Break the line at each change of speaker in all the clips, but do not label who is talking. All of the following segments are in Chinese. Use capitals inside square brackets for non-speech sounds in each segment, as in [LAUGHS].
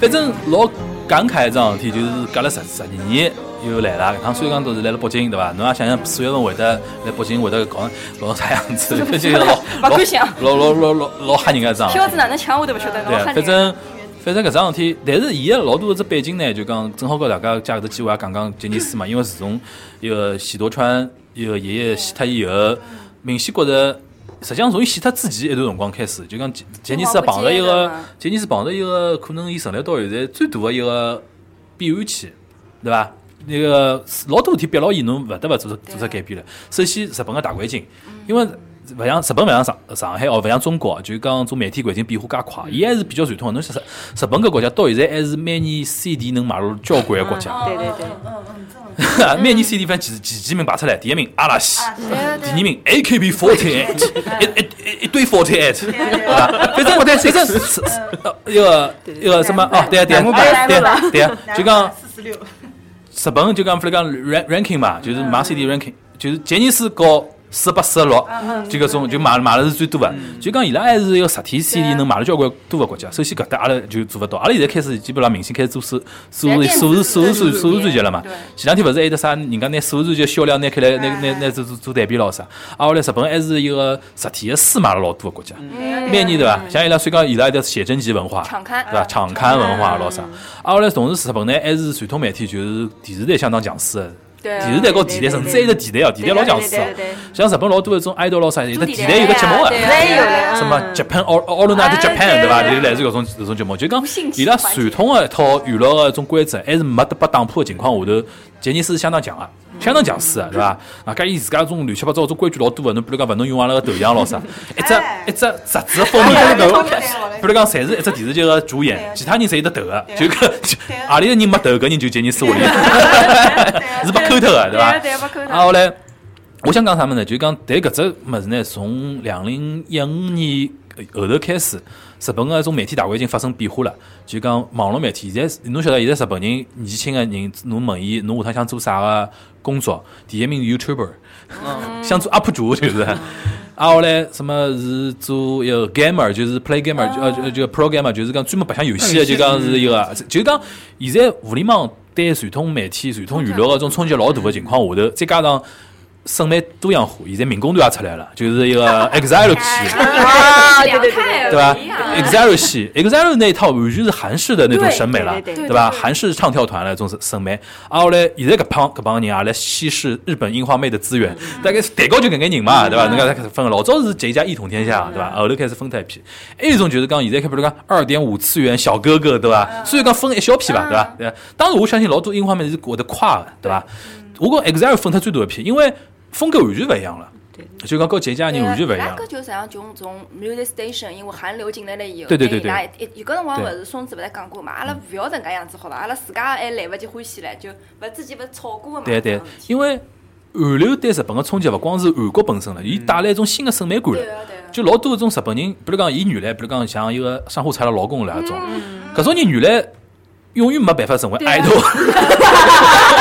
反正老感慨一桩事体，就是隔了十十二年又来了。搿趟虽然讲都是来了北京，对伐？侬也想想四月份会得来北京会得搞搞啥样子？反正老
[LAUGHS] 不敢想
老老老老老吓人个一啊
[LAUGHS]
桩事体。
票子哪能抢我都不晓得，
对啊，
老吓
反
人。
正反正搿桩事体，但是伊个老多的只背景呢，就讲正好跟大家借搿只机会也讲讲杰尼斯嘛，因为自从一个许多川一个爷爷死脱以后，明显觉着。实际上，从伊死脱之前一段辰光开始，就讲杰杰尼斯也碰着一
中华
个
不接的嘛
杰尼斯碰着一个可能伊成立到现在最大的一个变换期，对伐？那个老多事体逼牢伊，侬勿得勿做出做出改变了。首先，日本个大环境，因为勿像日本勿像上上海哦，勿像中国，就是讲种媒体环境变化介快，伊还是比较传统的。侬想日日本搿国家到现在还是每年 CD 能买入交关个国家，
对对对，
[LAUGHS] 每年 CD 翻前前几名排出来，第一名阿拉西。
对
第二名 AKB48，一一一一堆48，对吧？反正我在反正是是呃一个一个什么哦，对啊对啊对啊对 [LAUGHS] 啊，就讲
四十六，
日本就讲勿是讲 rank ranking 嘛，
嗯
就是买 CD ranking，就是杰尼斯搞四百四十六，
啊嗯
就搿种就买买了是最多个。就讲伊拉还是一个实体 CD
啊
能买了交关多个国家。首先搿搭阿拉就做勿到，阿拉现在开始基本上明星开始做数数
对
字
电子
数字数字数字
对
数字专辑了嘛
对。
前两天勿是还有得啥人家拿数字专辑销量拿开来拿拿拿做做做代表咯啥？啊，后来日本还是一个实体个书买了老多个国家。
嗯
每年对伐？像伊拉虽讲伊拉有点写真集文化，
场刊
对伐？场刊文化咯
嗯
啥？啊，后来同时日本呢还是传统媒体，就是电视台相当强势的。
对啊
电视台和电台，甚至还有一个电台哦，电台老强势哦
对对对对对。
像日本老多的这种 idol 咯啥，有的
做
电
电
台
台
有个节目
啊对啊
对啊有了
什
嗯
么 Japan All All Night
哎
Japan
对
对伐？
对
就是类似搿种搿种节目，就讲
信息
伊拉
环
传统的一套娱乐的一种规则，还是没得被打破的情况下头，杰尼斯是相当强个，
嗯
相当强势个，啊对伐？外加伊自家种乱七八糟的种规矩老多个，侬比如讲勿能用阿拉个头像咯啥，一只
哎
啊一只杂志的封面
对
头
对对对对
比如讲，侪是一只电视剧个主演
对，
其他人侪有得头个，就
哎对啊
搿就阿里个人没头，搿人就杰尼斯屋里是被抠脱个，对
对啊
伐？
对啊，不可
啊，
能。
后来我想讲啥么呢？就讲，但搿只物事呢，从两零一五年后头开始，日本个一种媒体大环境发生变化了。就讲网络媒体，现在是侬晓得，现在日本人年轻个人，侬问伊侬下趟想做啥个工作，第一名是 YouTuber，想 [LAUGHS]
嗯
做 UP 主就是。啊，后来什么是做一个 gamer，就是 play gamer，就呃就就 pro gamer，就是讲专门白相游戏的，就讲是一个，就是讲现在互联网对传统媒体、传统娱乐个种冲击老大的情况下头，再加上审美多样化，现在民工团也出来了，就是一个 exile 系，
啊，对
两
对对
派
对
对吧
不一样啊
？exile 系，exile [LAUGHS] 那一套完全是韩式的那种
对
审美了，
对对对
对吧？韩式唱跳团了，这种审美。啊，后来现在搿帮搿帮人也来稀释日本樱花妹的资源，大概是蛋糕就搿眼人嘛，对吧？人家才开始分了，老早是这一家一统天下，对吧？后头开始分脱一批。还有一种就是讲现在开比如讲二点五次元小哥哥，对吧？虽然讲分一小批吧，对吧？对吧。当然我相信老多樱花妹是过得跨的，对吧？我跟 exile 分脱最大一批，因为风格完全勿一样了。就讲跟这一家人完全勿一样
那
了
个。就是像从从 music station，因为韩流进来了以后，哎
对对对对
那伊拉一一有搿辰光勿
对
是松子勿是讲过嘛，阿拉勿要搿能介样子好伐？阿拉自家还来勿及欢喜唻，就勿之前勿是吵过个嘛。
对对，因为韩流对日本个冲击，勿光是韩国本身了，伊带来一种新的审美观了
对啊对啊。
就老多一种日本人，比如讲伊原来，比如讲像一个上火柴的老公了那种，
嗯
搿种人原来永远没办法成为
啊
[LAUGHS]
idol。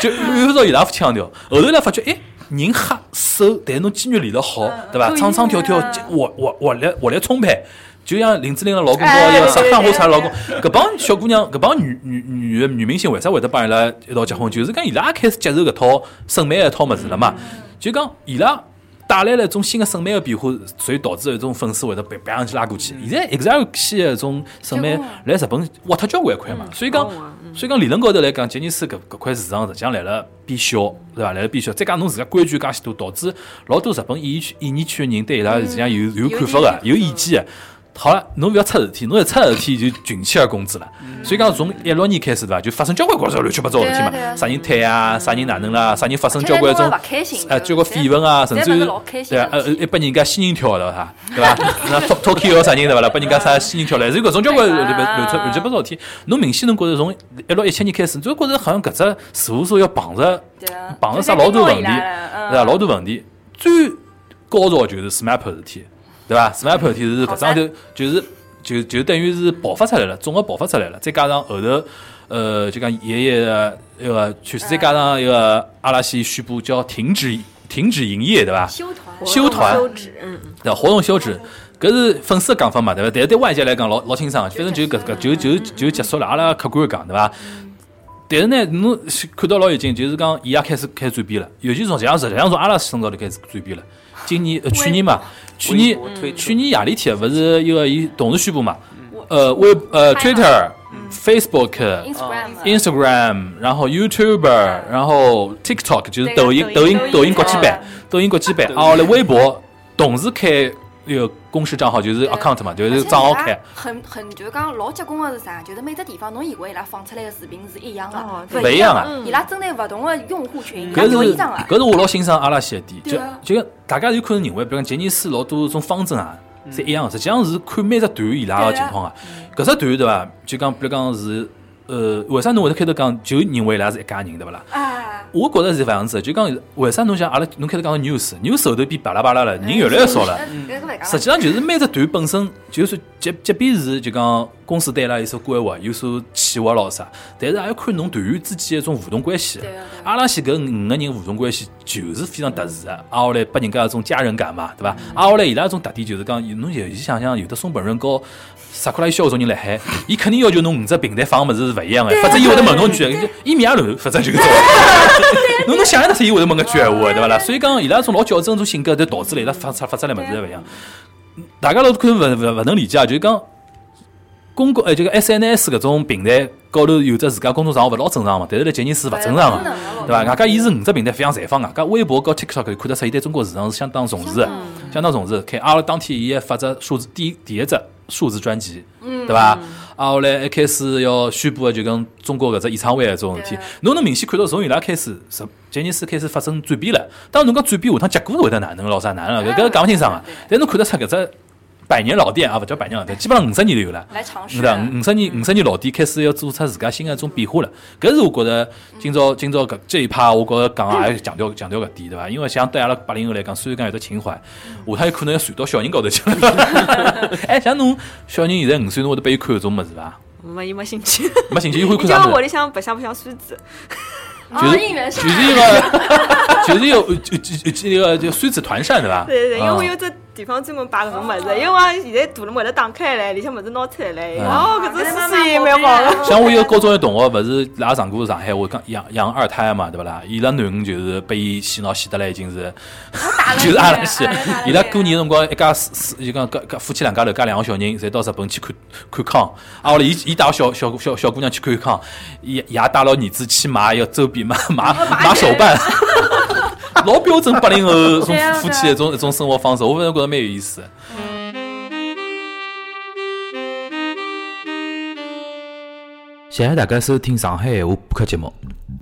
就按照伊拉腔调，后头来发觉，哎，人黑瘦，但侬肌肉练得好，
嗯
对伐？
对
啊
唱唱跳跳
呀，
活活活力活力充沛。就像林志玲的老公
哎
和一个
对
上
对
上火
对
柴的老公，搿帮小姑娘，搿帮女女女的女明星为啥会得帮伊拉一道结婚？就是讲伊拉也开始接受搿套审美的一套物事了嘛。
嗯
就讲伊拉带来了一种新的审美的变化，所以导致一种粉丝会得被别上去拉过去。
嗯
现在 EXILE 系的一种审美来日本挖脱交关一块
嗯
嘛，所以讲
哦啊，
所以讲理论高头来讲，杰尼斯搿搿块市场实际上来了变小，对伐？来了变小，再加侬自家规矩介许多，导致老多日本演艺圈演艺圈的人对伊拉实际上有有看法个，有意见个。好了，侬勿要出事体，侬一出事体就群起而攻之了。所以讲，从一六年开始对伐，就发生交关各种乱七八糟的事体
对啊对
嘛，
啊
啥人退啊，啥人哪能啦，啥人发生
而且
交关
大家
种
都勿开心
呃，
就
交关
是
绯闻啊，甚
现在
至
勿
于
是老开心
对啊，
的
呃，
事体
一拨人家仙人跳了哈，对伐？ [LAUGHS] 那 t o k Tokyo 啥人对伐啦？拨人家啥仙人跳了，是各种交关
对
乱
啊
七八乱七乱七八糟事体。侬明显侬觉着从一六一七年开始，就觉着好像搿只事务所要碰着
对啊
碰着啥老多问题，
就在盯牢伊拉了嗯
对伐？啊老多问题，最高潮就是 SMAP 事体，对伐？SMAP 事体是搿桩就就是就就等于是爆发出来了，综合爆发出来了，再加上后头。啊
嗯
呃，就讲爷爷的一个去世，再加上一个阿拉西宣布叫停止停止营业，对伐？
修团，
修团
哦
休止，嗯，嗯
对伐？活动休止，搿是粉丝的讲法嘛，对伐？但是对外界来讲老老清爽，反正就搿搿就就就结束了，阿拉客观地讲，对伐？但是呢，侬是看到老有劲，就是讲伊也开始开始转变了，尤其从实际上实际上从阿拉身高头开始转变了。今年呃去年嘛，去年
微博推特嗯
去年夜里天勿是一个伊同时宣布嘛，呃微呃 Twitter、Facebook、
Instagram 啊
Instagram，然后 YouTuber，然后 TikTok 就是抖音
对
抖
抖
音
音
抖音国际版
嗯，
抖音国际版，
抖音
啊，后来微博同时开一个公式账号，就是 account 嘛，就
而
是
且
账号
人家
开。
很很就是讲老结棍的是啥？就是每只地方侬以为伊拉放出来的视频是一样
哦
的，
不一
一
样
样
啊
伊拉针对勿同的用户群，伊拉
搿
不
是
一样啊。
嗯搿是我老欣赏阿拉西一
对
点
啊，
就就大家有可能认为，比如讲杰尼斯老多种方针啊，是一样的，实际上是看每只团伊拉个
嗯对
情
啊
况啊。搿只团对伐？就讲比如讲是呃，为啥侬会得开头讲就认为伊拉是一家人对勿啦？
啊，
我觉着是搿样子的，就讲为啥侬像阿拉侬开头讲个 news，news 后头变巴拉巴拉了，人越来越少了。
嗯。搿个勿讲了
实际上就是每只团本身，就是即即便是就讲公司对伊拉有所规划、有所企划咯啥，但是也要看侬团员之间的一种互动关系
对啊对啊。
阿拉些搿五个人互动关系就是非常特殊的，挨下来拨人家一种家人感嘛，对伐？挨下来伊拉一种特点就是讲，侬尤其想想有的松本润和萨库拉伊肖搿种人辣海，伊肯定要求侬五只平台放个物事是勿一
啊
样的，否则伊会得问侬一句，就伊米也乱，否则就是走。侬能想象得出伊会得问搿句闲话，对伐啦？所以讲伊拉种老矫正种性格，就导致了伊拉发出发出来物事勿一样。大家老可能勿勿勿能理解啊，就是讲公共呃，就个 SNS 搿种平台高头有只自家公众账号勿老正常嘛，但是辣吉尼斯勿正常个
勿正常勿，正常
对伐？外加伊是五只平台非常绽放个，外加微博和 TikTok 看得出伊对中国市场是相当重视个，相当重视的。看阿拉当天伊还发只数字第一第一只数字专辑，对伐？啊，后来一开始要宣布个就跟中国搿只演唱会搿啊种事体
对，
侬能明显看到从伊拉开始，什吉尼斯开始发生转变了。当然侬讲转变下趟结果会得哪能咯啥哪能了，搿搿讲勿清爽个。啊但侬看得出搿只百年老店啊，勿叫百年老店，基本上五十年都有了。
来尝试
是的，五十年五十年老店开始要做出自家新的一种变化了。搿是我觉着今朝今朝搿这一趴，我觉着讲也强调强调搿点，对伐？因为像对阿拉八零后来讲，虽然讲有得情怀，下趟有可能要传到小人高头去了。哎，像侬小人现在五岁，侬会得拨伊看搿种物事伐？
嗯没伊没兴
[LAUGHS]
趣。
没兴趣，伊会
你
看
叫
啥
我屋
物事？
里向白相白相孙子， [LAUGHS]
就是
哦应援
就是一个，就是一个呃就就就一个就孙子团扇，对伐？
对对对，因为
啊
我有只地方专门摆搿种物事，因为我现在大了嘛，会得打开来，里向物事拿出来
啊
嘞。哦，搿
啊妈
只孙
妈
子也蛮好的。
像我一个高中的同学，勿是拉上过上海，我讲养养二胎嘛，对勿啦？伊拉囡恩就是被伊洗脑洗得来已经是，就是阿拉洗。伊拉过年的辰光一家四四就讲搿搿夫妻两家头加两个小人，侪到日本去看看康。啊，后来伊伊带小小小小姑娘去看康，伊伊也带了儿子去买一个周边，买买买手办。老标准八零后种
对啊
夫妻的一种一种生活方式，我反正觉得蛮有意思的。谢谢大家收听《上海闲话》播客节目，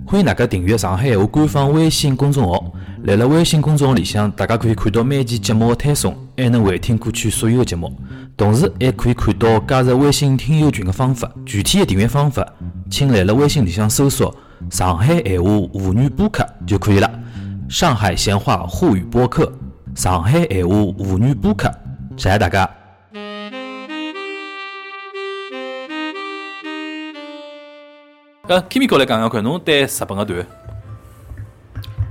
欢迎大家订阅《上海闲话》官方微信公众号。辣辣微信公众号里向，大家可以看到每期节目的推送，还能回听过去所有的节目，同时还可以看到加入微信听友群的方法。具体的订阅方法，请辣辣微信里向搜索“上海闲话沪语播客”就可以了。上海闲话沪语播客，上海闲话沪语播客，谢谢大家。呃，Kimi 哥来讲讲看，侬对日本个团？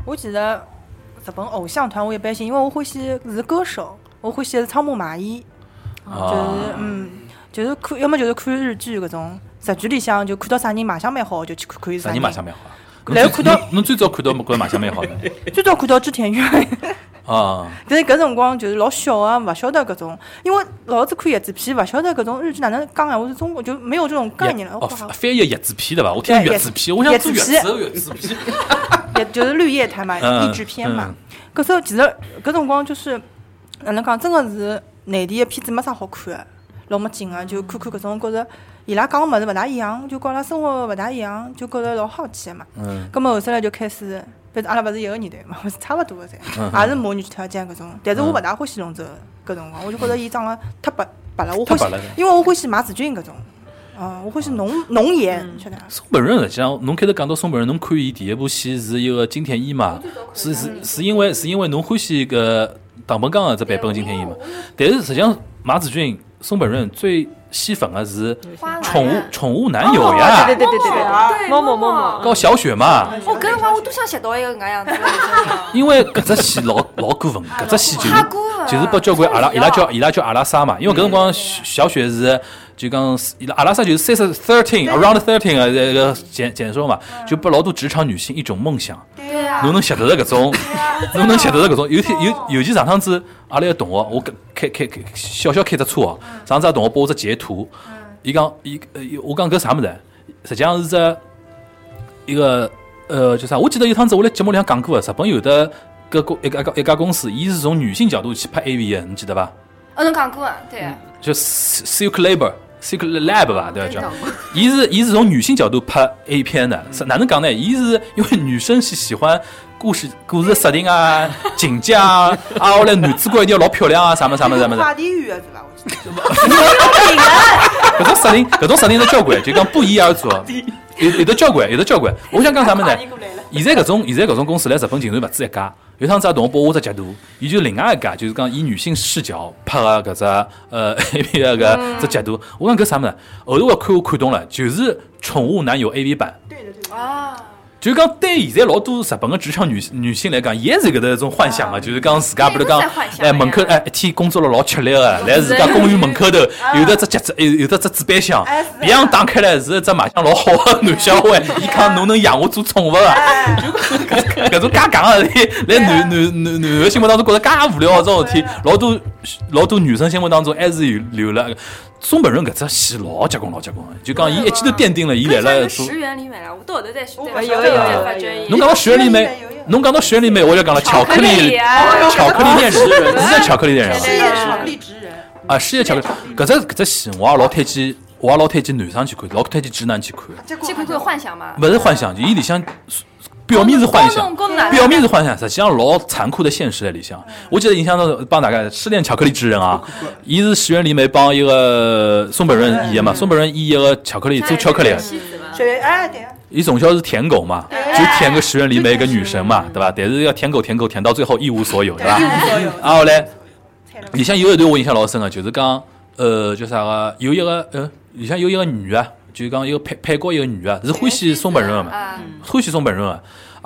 我其实日本偶像团我一般性，因为我欢喜是歌手，我欢喜是仓木麻衣，
啊
就是嗯，就是看，要么就是看日剧搿种，日剧里向就看到啥人卖相蛮好，就去看看
啥
啥
人
人。
卖相蛮好啊？
来
侬最
看到
侬侬最早看到搿卖相蛮好的
最早看到织田裕二，
啊，
但是搿辰光就是老小啊，勿晓得搿种， [LAUGHS] 因为老是看叶子片，勿晓得搿种日剧哪能讲闲话是中国，就没有这种概念了。
哦，
我靠
翻译叶子皮对伐？我听
对
叶子皮，我想做
叶
叶
子
子哦
皮
叶子皮。
也就是绿叶台嘛，
嗯
译制片嘛。搿时候其实搿辰光就是哪能讲，真个是内地的片子没啥好看的，老没劲个，就看看搿种觉着伊拉讲个物事勿大一样，就跟阿拉生活勿大一样，就觉着老好奇个嘛。
嗯，
葛末后头来就开始，反正阿拉勿是一个年代嘛， [LAUGHS] 是差勿多个
嗯
侪，也是魔女条件搿种。但是我勿大欢喜龙舟搿辰光，我就觉着伊长得太白白了，我
太
欢喜
白了，
因为我欢喜马子俊搿种。嗯，我欢喜浓浓颜，晓得伐？
松本润实际上，侬开头讲到松本润，侬看伊第一部戏是一个金田一嘛？是是是因为是因为侬欢喜啊哦搿唐本刚个只版本的金田一嘛？但是实际上，马子俊、松本润最吸粉个是
花嗯篮
宠物
呀
宠物男友
哦
[LAUGHS] 呀
对，对对对对
啊
对，
对
某某某
某
某
某，
搞小雪嘛。
哦，搿辰光我都想吸到一个搿能样子的女生了。
因为搿只戏老老过分，搿只戏就是
太过分了
就是拨交关阿拉
太
伊
重
拉
要
叫伊拉叫阿拉莎嘛，因为搿辰光小雪是就讲伊拉阿拉莎就是三十 thirteen around thirteen 啊这个简简说嘛，就拨老多职场女性一种梦想，
对啊呀
侬能吸得着搿
[LAUGHS]
种，
啊
侬能吸得着搿种。有天有尤其上趟子，阿拉一个同学，我搿开开开小小开只车哦，
嗯
上次阿同学拨我只截图，伊讲伊呃伊我讲搿啥物事？实际上是只一个呃叫啥？我记得有趟子我来节目里向讲过的，日本有的搿公一家一家公司，伊是从女性角度去拍 AV 的，侬记得伐？
哦，侬讲过啊，对。
就 Silk Labor。Secret Lab 吧，嗯对吧？啊
真
叫
的，哦
伊是伊是从女性角度拍 A 片的，是哪能讲呢？伊是因为女生是喜欢故事故事设定啊、情节啊，啊，后来男主角一定要老漂亮啊，啥么啥么啥么
[LAUGHS]
的。
话题语言是吧？我记得
搿种设定，搿种设定是交关，就讲不一而足，有有的交关，有的交关。我想讲啥么呢？现在搿种现在搿种公司来日本竟然勿止一家。有趟子啊阿同学拨我只截图，伊就另外一家，就是讲以女性视角拍个搿只呃 [LAUGHS] A P 个搿只截图。我讲搿啥物事？后头我看我看懂了，就是宠物男友 A V 版。
对 [LAUGHS] 的对的。
啊，
就是讲对现在老多日本个职场女女性来讲，也是搿搭一种幻想个，啊就是讲自家比如讲
啊对都在幻，想
哎
呀
门口哎一天工作了老吃力个，
[LAUGHS]
来自家公园门口头
啊
有的只脚趾，有有的只纸板箱
哎是，啊
别样打开来是一只卖相老好 [LAUGHS] 个男小孩，伊讲侬能养我做宠物啊？
哎，
搿种介戆个事体，来
哎
男男男男个心目当中觉得介无聊个种事体，老多老多女生心目当中还是有留了。松本润搿只戏老结棍老结棍的，就讲伊一记头奠定了伊来
搿
了
算
做
哎是。十元里面了，我到后头再
我
再
有有有有
发觉
[LAUGHS]
伊
侬讲到雪里
有
妹
有有，
侬讲到雪里妹，我就讲了哎巧克力，
啊
巧克力 [LAUGHS] 恋人，是叫巧克力恋人伐
是一个巧克力职人，
啊，是一个巧克力。搿只搿只戏，我也老推荐，我也老推荐男生去看，老推荐直男去看。
结果
去看看幻想嘛。
勿是幻想，就伊里向表面是幻想，
高中高中哪能
表面是幻想，实际上老残酷的现实在里向。我记得印象中帮大家失恋巧克力之人啊，伊是石原里美帮一个松本润演的
嗯
嘛，松本润演一个巧克力做巧克力的。
妻子嘛
学员哎对啊，
伊从小是舔狗嘛，就舔个石原里美一个女神
嗯
嘛，对吧？但是要舔狗舔狗舔到最后一无所有，对吧？啊然后嘞，
菜了
里向有一段我印象老深个，就是讲呃叫啥个，有一个呃里向有一个女个，就是讲一个配配角一个女个，是欢喜松本润嗯个嘛，
啊，
欢喜松本润个。啊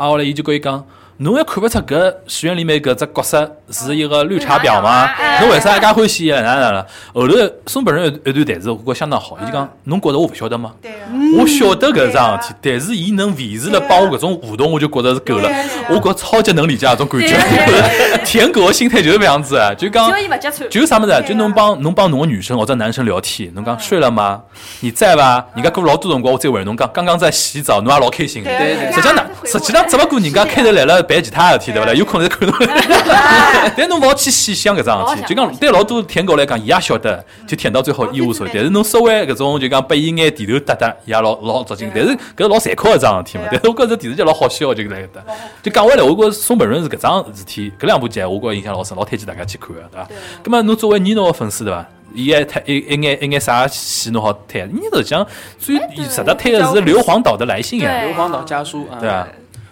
后来伊就跟伊讲，侬还看勿出搿石原里美搿只角色是一个绿茶婊吗
绿茶婊啊？
侬为啥介欢喜伊啊？哪能哪能？后头松本润有一段台词我觉着相当好，伊就
嗯
讲侬觉着我勿晓得吗？
对啊，
我晓得搿桩
啊
事体，啊但是伊能维持了帮我搿种互动，我就觉着是够了
对啊对啊。
我觉超级能理解搿种感
对啊
[LAUGHS] 觉，舔狗的心态就是搿样子，啊就
只
讲
要伊勿接触，
就是啊啥物事，
对
就侬帮侬帮侬个女生或者男生聊天，侬讲睡了吗？你在伐？人家过老多辰光，我再回侬讲，刚刚在洗澡，侬也老开心的。
对
实际上呢，实际上只不过人家开头来了办其他事啊体，对勿啦？有空来看侬。 [LAUGHS] 但侬勿好去细想搿嗯桩事体，就讲对老多舔狗来讲，伊也晓得，就舔到最后一无所有。但是侬稍微搿种就讲拨伊眼甜头搭搭，伊也老老着急。但是搿老残酷一桩事体嘛。但是我觉着电视剧老好笑，就搿来搿搭。就讲回来，我觉着松本润是搿桩事体，搿两部剧我觉着印象老深，老推荐大家去看个，对伐？葛末侬作为尼诺个粉丝对伐？伊还推一一眼一眼啥戏侬好推？尼诺讲最值得推个是《硫磺岛的来信》呀，
对
硫磺岛家书啊，
哎对伐？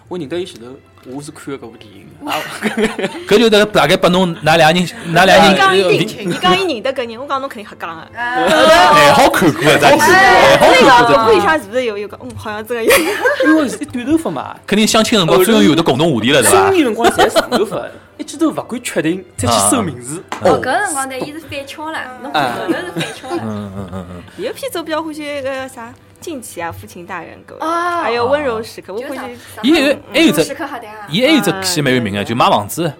我认得伊前头，我是看了搿部电影的，
搿就得大概拨侬㑚两人㑚两
伊讲伊
人
认伊讲伊认得搿人，我讲侬肯定瞎讲个。
哎
还呃好看过个，咱还哎好
那
看
个
过
我不以
的，
前是不是有有个嗯，好像这个有。 [LAUGHS]
因为是一短头发嘛，
肯定相亲辰光最后有的共同话题了，对伐
中？年辰光侪是长头发，一记头勿敢确定，再去搜名字。
哦，搿辰光呢，伊是反敲了，
嗯
侬看后头是反敲了。
嗯嗯嗯嗯，
有一批子我比较欢喜那个啥近期啊，父亲大人狗，
啊
还有温柔时刻，
[LAUGHS]
我
就是
欢喜。
伊还有还有只
时刻黑的啊，
伊还有只戏蛮有名个，就买房子，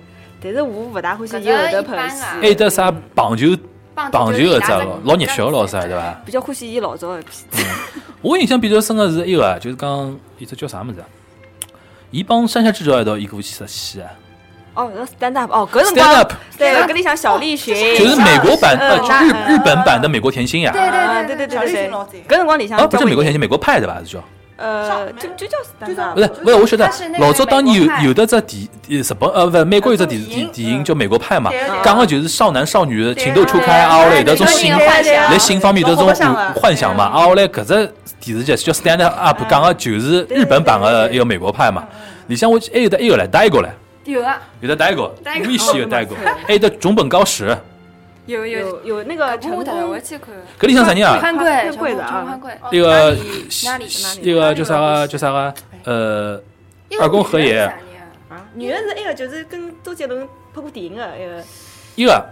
但是我勿大欢喜伊后头拍
啊
还有
戏，
只啥棒球棒球
个
搿只老热血个老啥对伐？？
比较欢喜伊老早的片子。
我印象比较深个是一个，就是讲伊只叫啥物事啊？伊帮山下智久一道演过啥戏啊
哦，那 stand up，哦，搿辰
？Stand
光
Up，哦
对，搿里向小栗旬，
哎
就是美国版
呃
呃日日本版的美国甜心呀。
嗯对
啊，
对
对对对
小栗
对
旬老早
搿辰光里向
啊，不是美国呃
交关
甜心，美国派对吧？是叫？
呃，就就叫 stand
不
up，
是，不是，我晓得
它是那，个
老早当年
美国派
有有的只电呃日本呃不美国有只电
有种
电
影
电影叫《美国派》嘛
对啊对，
讲个就是少男少女情窦初开啊，后来有的种性
对对嗯
啊
对
来性方面的种
老好想啊
幻想嘛，啊后来搿只电视剧叫《Stand Up》，讲
嗯
个就是日本版的一个美国派嘛。里向我还有的还有嘞，Daigo 嘞，
有啊，
有的哎 Daigo，
Daigo，
无意识有 Daigo，还有的种本高史，
有有，
有有那个
搿部
成
我特别
功
会，去看。
搿里向啥人啊？
看贵，
看贵的啊
全部看贵。
那个
哪哦里哪里
一个叫啥个叫啥个呃，二宫和也
一个女的是啥人啊
女的是一个就是跟周杰伦拍过电影的一个
一个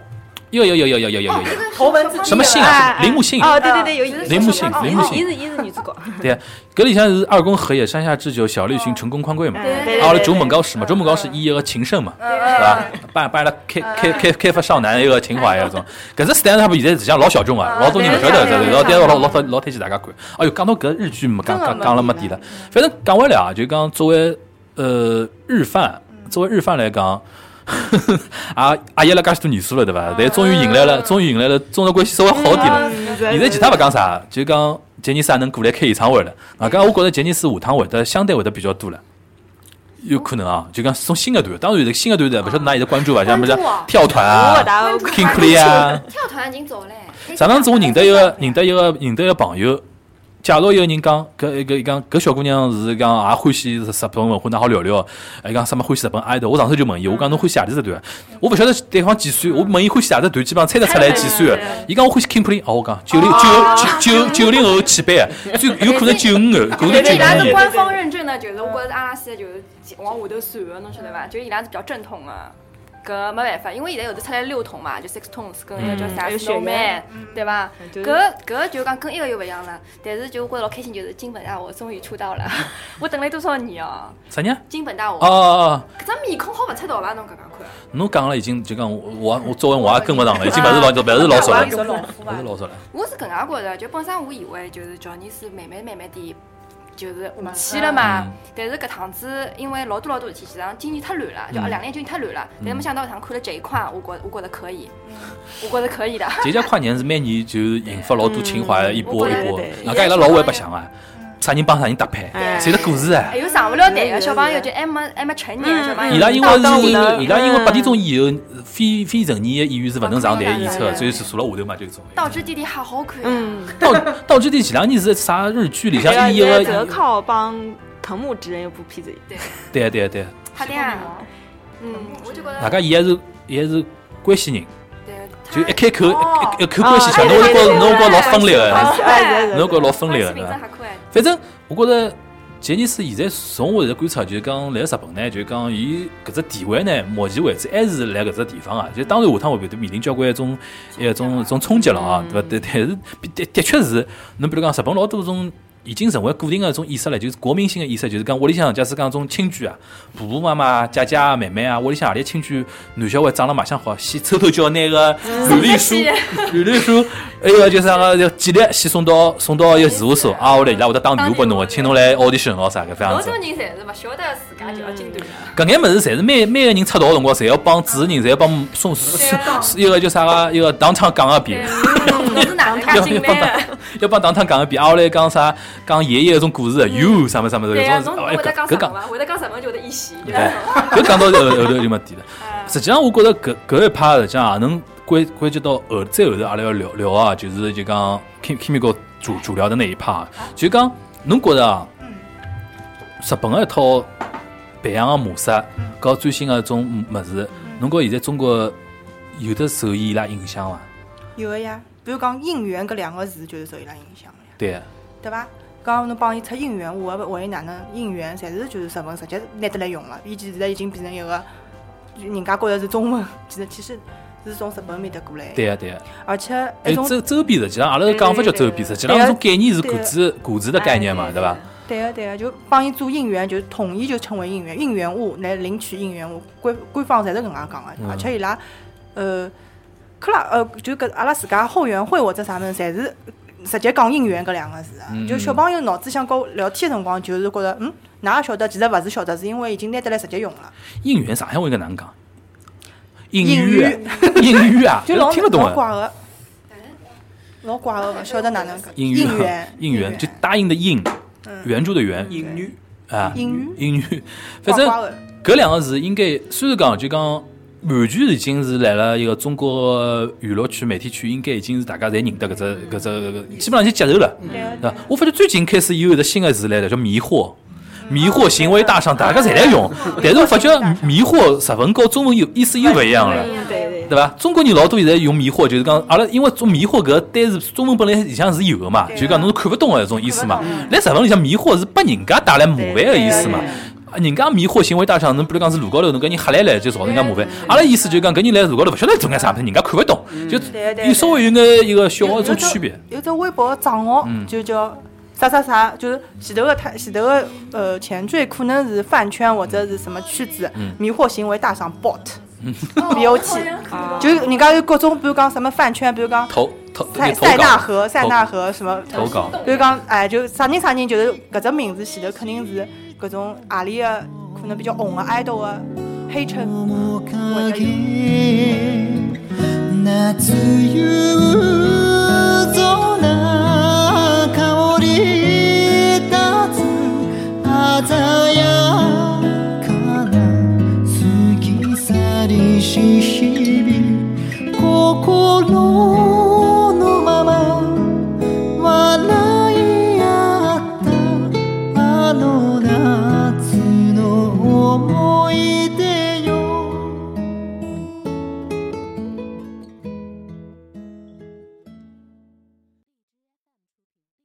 一个一个一个一个一个一个
哦
一个
哦头文字 D
什么信
哎
啊？
哎
铃木信
哦，对对对，有
铃木信
哦
铃木信
伊是伊是女主角，
对，搿里向是二宫和也、山下智久、小栗旬、成功宽贵嘛。
[LAUGHS] 嗯哦对
啊，阿拉竹本高史嘛，竹本高史伊一个情圣嘛，
嗯
对
嗯
伐？帮帮阿拉开开开开发少男一个情怀一种。搿只 stand up 现在实际上老小众啊，老多人勿晓得，对老但老老推老推荐大家看。哎哟，讲到搿日剧嘛，讲讲讲了没底了。反正讲回来啊，就讲作为呃日饭，作为日饭来讲。啊，阿爷了介许多年数了，对伐？但终于迎来了，终于迎来了中日关系稍微好一点了。
啊
现在其他勿讲啥，就讲杰尼斯也能过来开演唱会了。啊，搿我觉着杰尼斯下趟会得相对会得比较多了。有可能啊，就讲送新的团，当然这个新的团勿晓得㑚现在关注伐？像什么
关注
像
啊
跳团
我
啊、
打我
King Cole 啊。
跳团已经走了。
上趟子我认得一个认得一个认得一个朋友，介绍一个人讲，搿一个伊讲搿小姑娘是讲也欢喜日本文化，㑚好聊聊。伊讲什么欢喜日本 idol，我上次就问伊，我讲侬欢喜何里只团？我勿晓得对方几岁，我问伊欢喜何只团，基本上猜得出来几岁的。伊讲我欢喜 King Play，哦，我讲九零九九九九零后起辈，啊最有可能九五后，可能九
伊拉
五
是
年。
官方认证的，就是我觉着阿拉斯就是往下头算的，侬晓得伐？就是伊拉是比较正统的。搿没办法，因为现在有的出来六筒嘛，就 six tones 跟那个叫啥
还有雪原
snowman，对伐？
就是
搿搿就讲跟一个又勿一样了，但是就我觉着老开心，就是金本大我终于出道了，我等了多少年哦！
啥人啊？
金本大
哦
我，
哦哦，
搿只面孔好勿出道伐？侬搿介看，
侬讲了已经就讲我我我作为我也跟勿上了，已经勿是老勿是老少了，
比较老夫
勿
吧
是。老少了。
我是搿能介觉着，就本身我以为就是乔尼斯慢慢慢慢地就是下去了嘛
嗯，
但是搿趟子因为老多老多事体，实际上今年太乱了，就
嗯
两年今年太乱了，但是没想到搿趟看了这一款，我觉我觉得可以，我觉得可以的。
节假跨年是每年就是引发老多情怀，一波一波
我觉得。对
外加伊拉老会白相啊，啥人帮啥人搭配，
哎
侪是故事啊
哎。呦，上不了台个小朋友就还没还没成年，小朋友
伊拉因为
到到
是，
舞台
伊拉因为
嗯
八点钟以后，非非成年的演员是勿能上台演出
不能上
的，
台
所以是坐了下头嘛，就是这种。
道之弟弟好好看，
嗯，
道道之地前两年是啥日剧里向演一
个
个
啊泽，靠帮藤木直人有部片子，
对对对，
好的啊，嗯，我就觉
大
得
家伊还是伊还是关系人，
对，
就一开口
哦
一一一口关系
哎
腔，侬会觉
对
着
对
侬会觉着老
对
分裂
对
的
对，哎
侬会觉着老分裂的，
名
对
字
伐？
还可爱，
反正我觉着杰尼斯现在从我的观察，就是讲来日本呢，就是讲伊搿只地位呢，目前为止还是辣搿只地方啊。就当然下趟会面临交关一种一种一种冲击了啊，对伐？ [LAUGHS] 但但是的的确是，侬比如讲日本老多种。已经成为固定的一种意识了，就是国民性的意识，就是讲屋里向假使讲种亲眷啊，婆婆妈妈、姐姐啊、妹妹啊，屋里向何里亲眷男小孩长了卖相好， [LAUGHS] 先抽头叫拿个履
嗯
历
[LAUGHS]
书、
啊
履历书，还有就是啥个简历，先送到送到一个事务所啊，我来伊拉会得打电话拨侬个，请侬来 audition 咯啥个这样
老
子
多。人侪是勿晓得自家就要进团了，
搿眼物事侪是每每个人出道个辰光，侪要帮主持人，侪要帮送
啊
送送一个叫啥个一个当场讲个遍。
侬是哪能介
要
进
要帮
来
当
的？
要帮当场讲一遍，啊，我来讲啥？讲爷爷搿种故事，有啥么啥么
对
搿
啊，
种
侬
是。哎
会得讲
搿
什
讲
么伐？会得讲什么就会得一哎席，就
对
是，
搿讲到后后头就没底了。实际上，我觉得搿搿一趴实际上也能关关系到后再后头阿拉要聊聊啊，就是就讲 Kim Kimiko 主主聊的那一趴啊，就讲侬觉着啊，日本的一套培养的模式，搞最新的一种物事，侬觉得现在中国有的受伊拉影响伐？
有个呀，比如讲姻缘搿两个字，就是受伊拉影响的呀。
对，啊
对伐？刚侬帮伊出应援，我问伊哪能应援，侪是就是日文直接拿得来用了。伊现在已经变成一个，就人家觉着是中文，其实其实是从日本面搭过来的。
对啊，对啊。
而且
还有
一种
周周边，实际上阿拉是讲法叫周边，实际上
对啊
搿种概念是
对啊哎
股子股子的概念
哎
嘛，对伐？
对个对个，啊就帮伊做应援，就是统一就称为应援，应援物来领取应援物，官官方侪是搿能介讲啊个
嗯，
而且伊拉呃，克拉呃，就搿阿拉自家后援会或者啥物事，侪是直接讲应援搿两个字啊
嗯
就小朋友脑子想高聊天的辰光，就是觉着嗯，哪也晓得，其实勿是晓得，是因为已经拿得来直接用了，
应援上海话应该哪能讲？应
应
援，应援啊，
[LAUGHS] 就老
听勿懂
老
啊。
怪个，老怪个，勿晓得哪能讲
[LAUGHS] 应
应
援
援，
应援嗯就答应的应，援助的援
英女
啊，
应援
应援， [LAUGHS] 反正
怪怪的
搿两个字应该虽然讲就讲。完全已经是来了一个中国娱乐圈、媒体圈，应该已经是大家侪认得搿只搿只搿个，基本上已经接受了。
对个
啊，我发觉最近开始有一个新的词来了，叫迷惑。迷惑行为嗯大赏，大家侪来用，但是我发觉迷惑日文和中文有意思又勿一样了。
嗯对对，
对伐？中国人老多现在用迷惑，就是讲阿拉因为做迷惑搿个单词中文本来里向是有个嘛，
对啊
就是讲侬是看勿懂个一种意思嘛
看不懂。
来日文里向迷惑是拨人家带来麻烦个意思嘛
对对。
啊人家迷惑行为带上，侬比如讲是路高头，侬搿人吓来来就造成人家麻
嗯
烦。阿拉意思就是讲，搿人来路高头勿晓得做眼啥物事，人家看勿懂，就
对啊对
有稍微有眼一个小
有
个一种
只
区别。
有只微博的账号
嗯
就叫啥啥啥，就是前头个他前头个呃前缀可能是饭圈或者是什么圈子
嗯，
迷惑行为大赏 bot， [LAUGHS]
B
BOT 就是人家有各种，比如讲什么饭圈，比如讲
投投
塞
投
塞纳
稿，
河、塞纳河什么
投稿，
比如讲，哎，就啥人啥人，就是搿只名字前头肯定是搿种阿里个可能比较红个 idol 个黑称，
面影夏夕空香り立つ鮮やかな過ぎ去りし日々心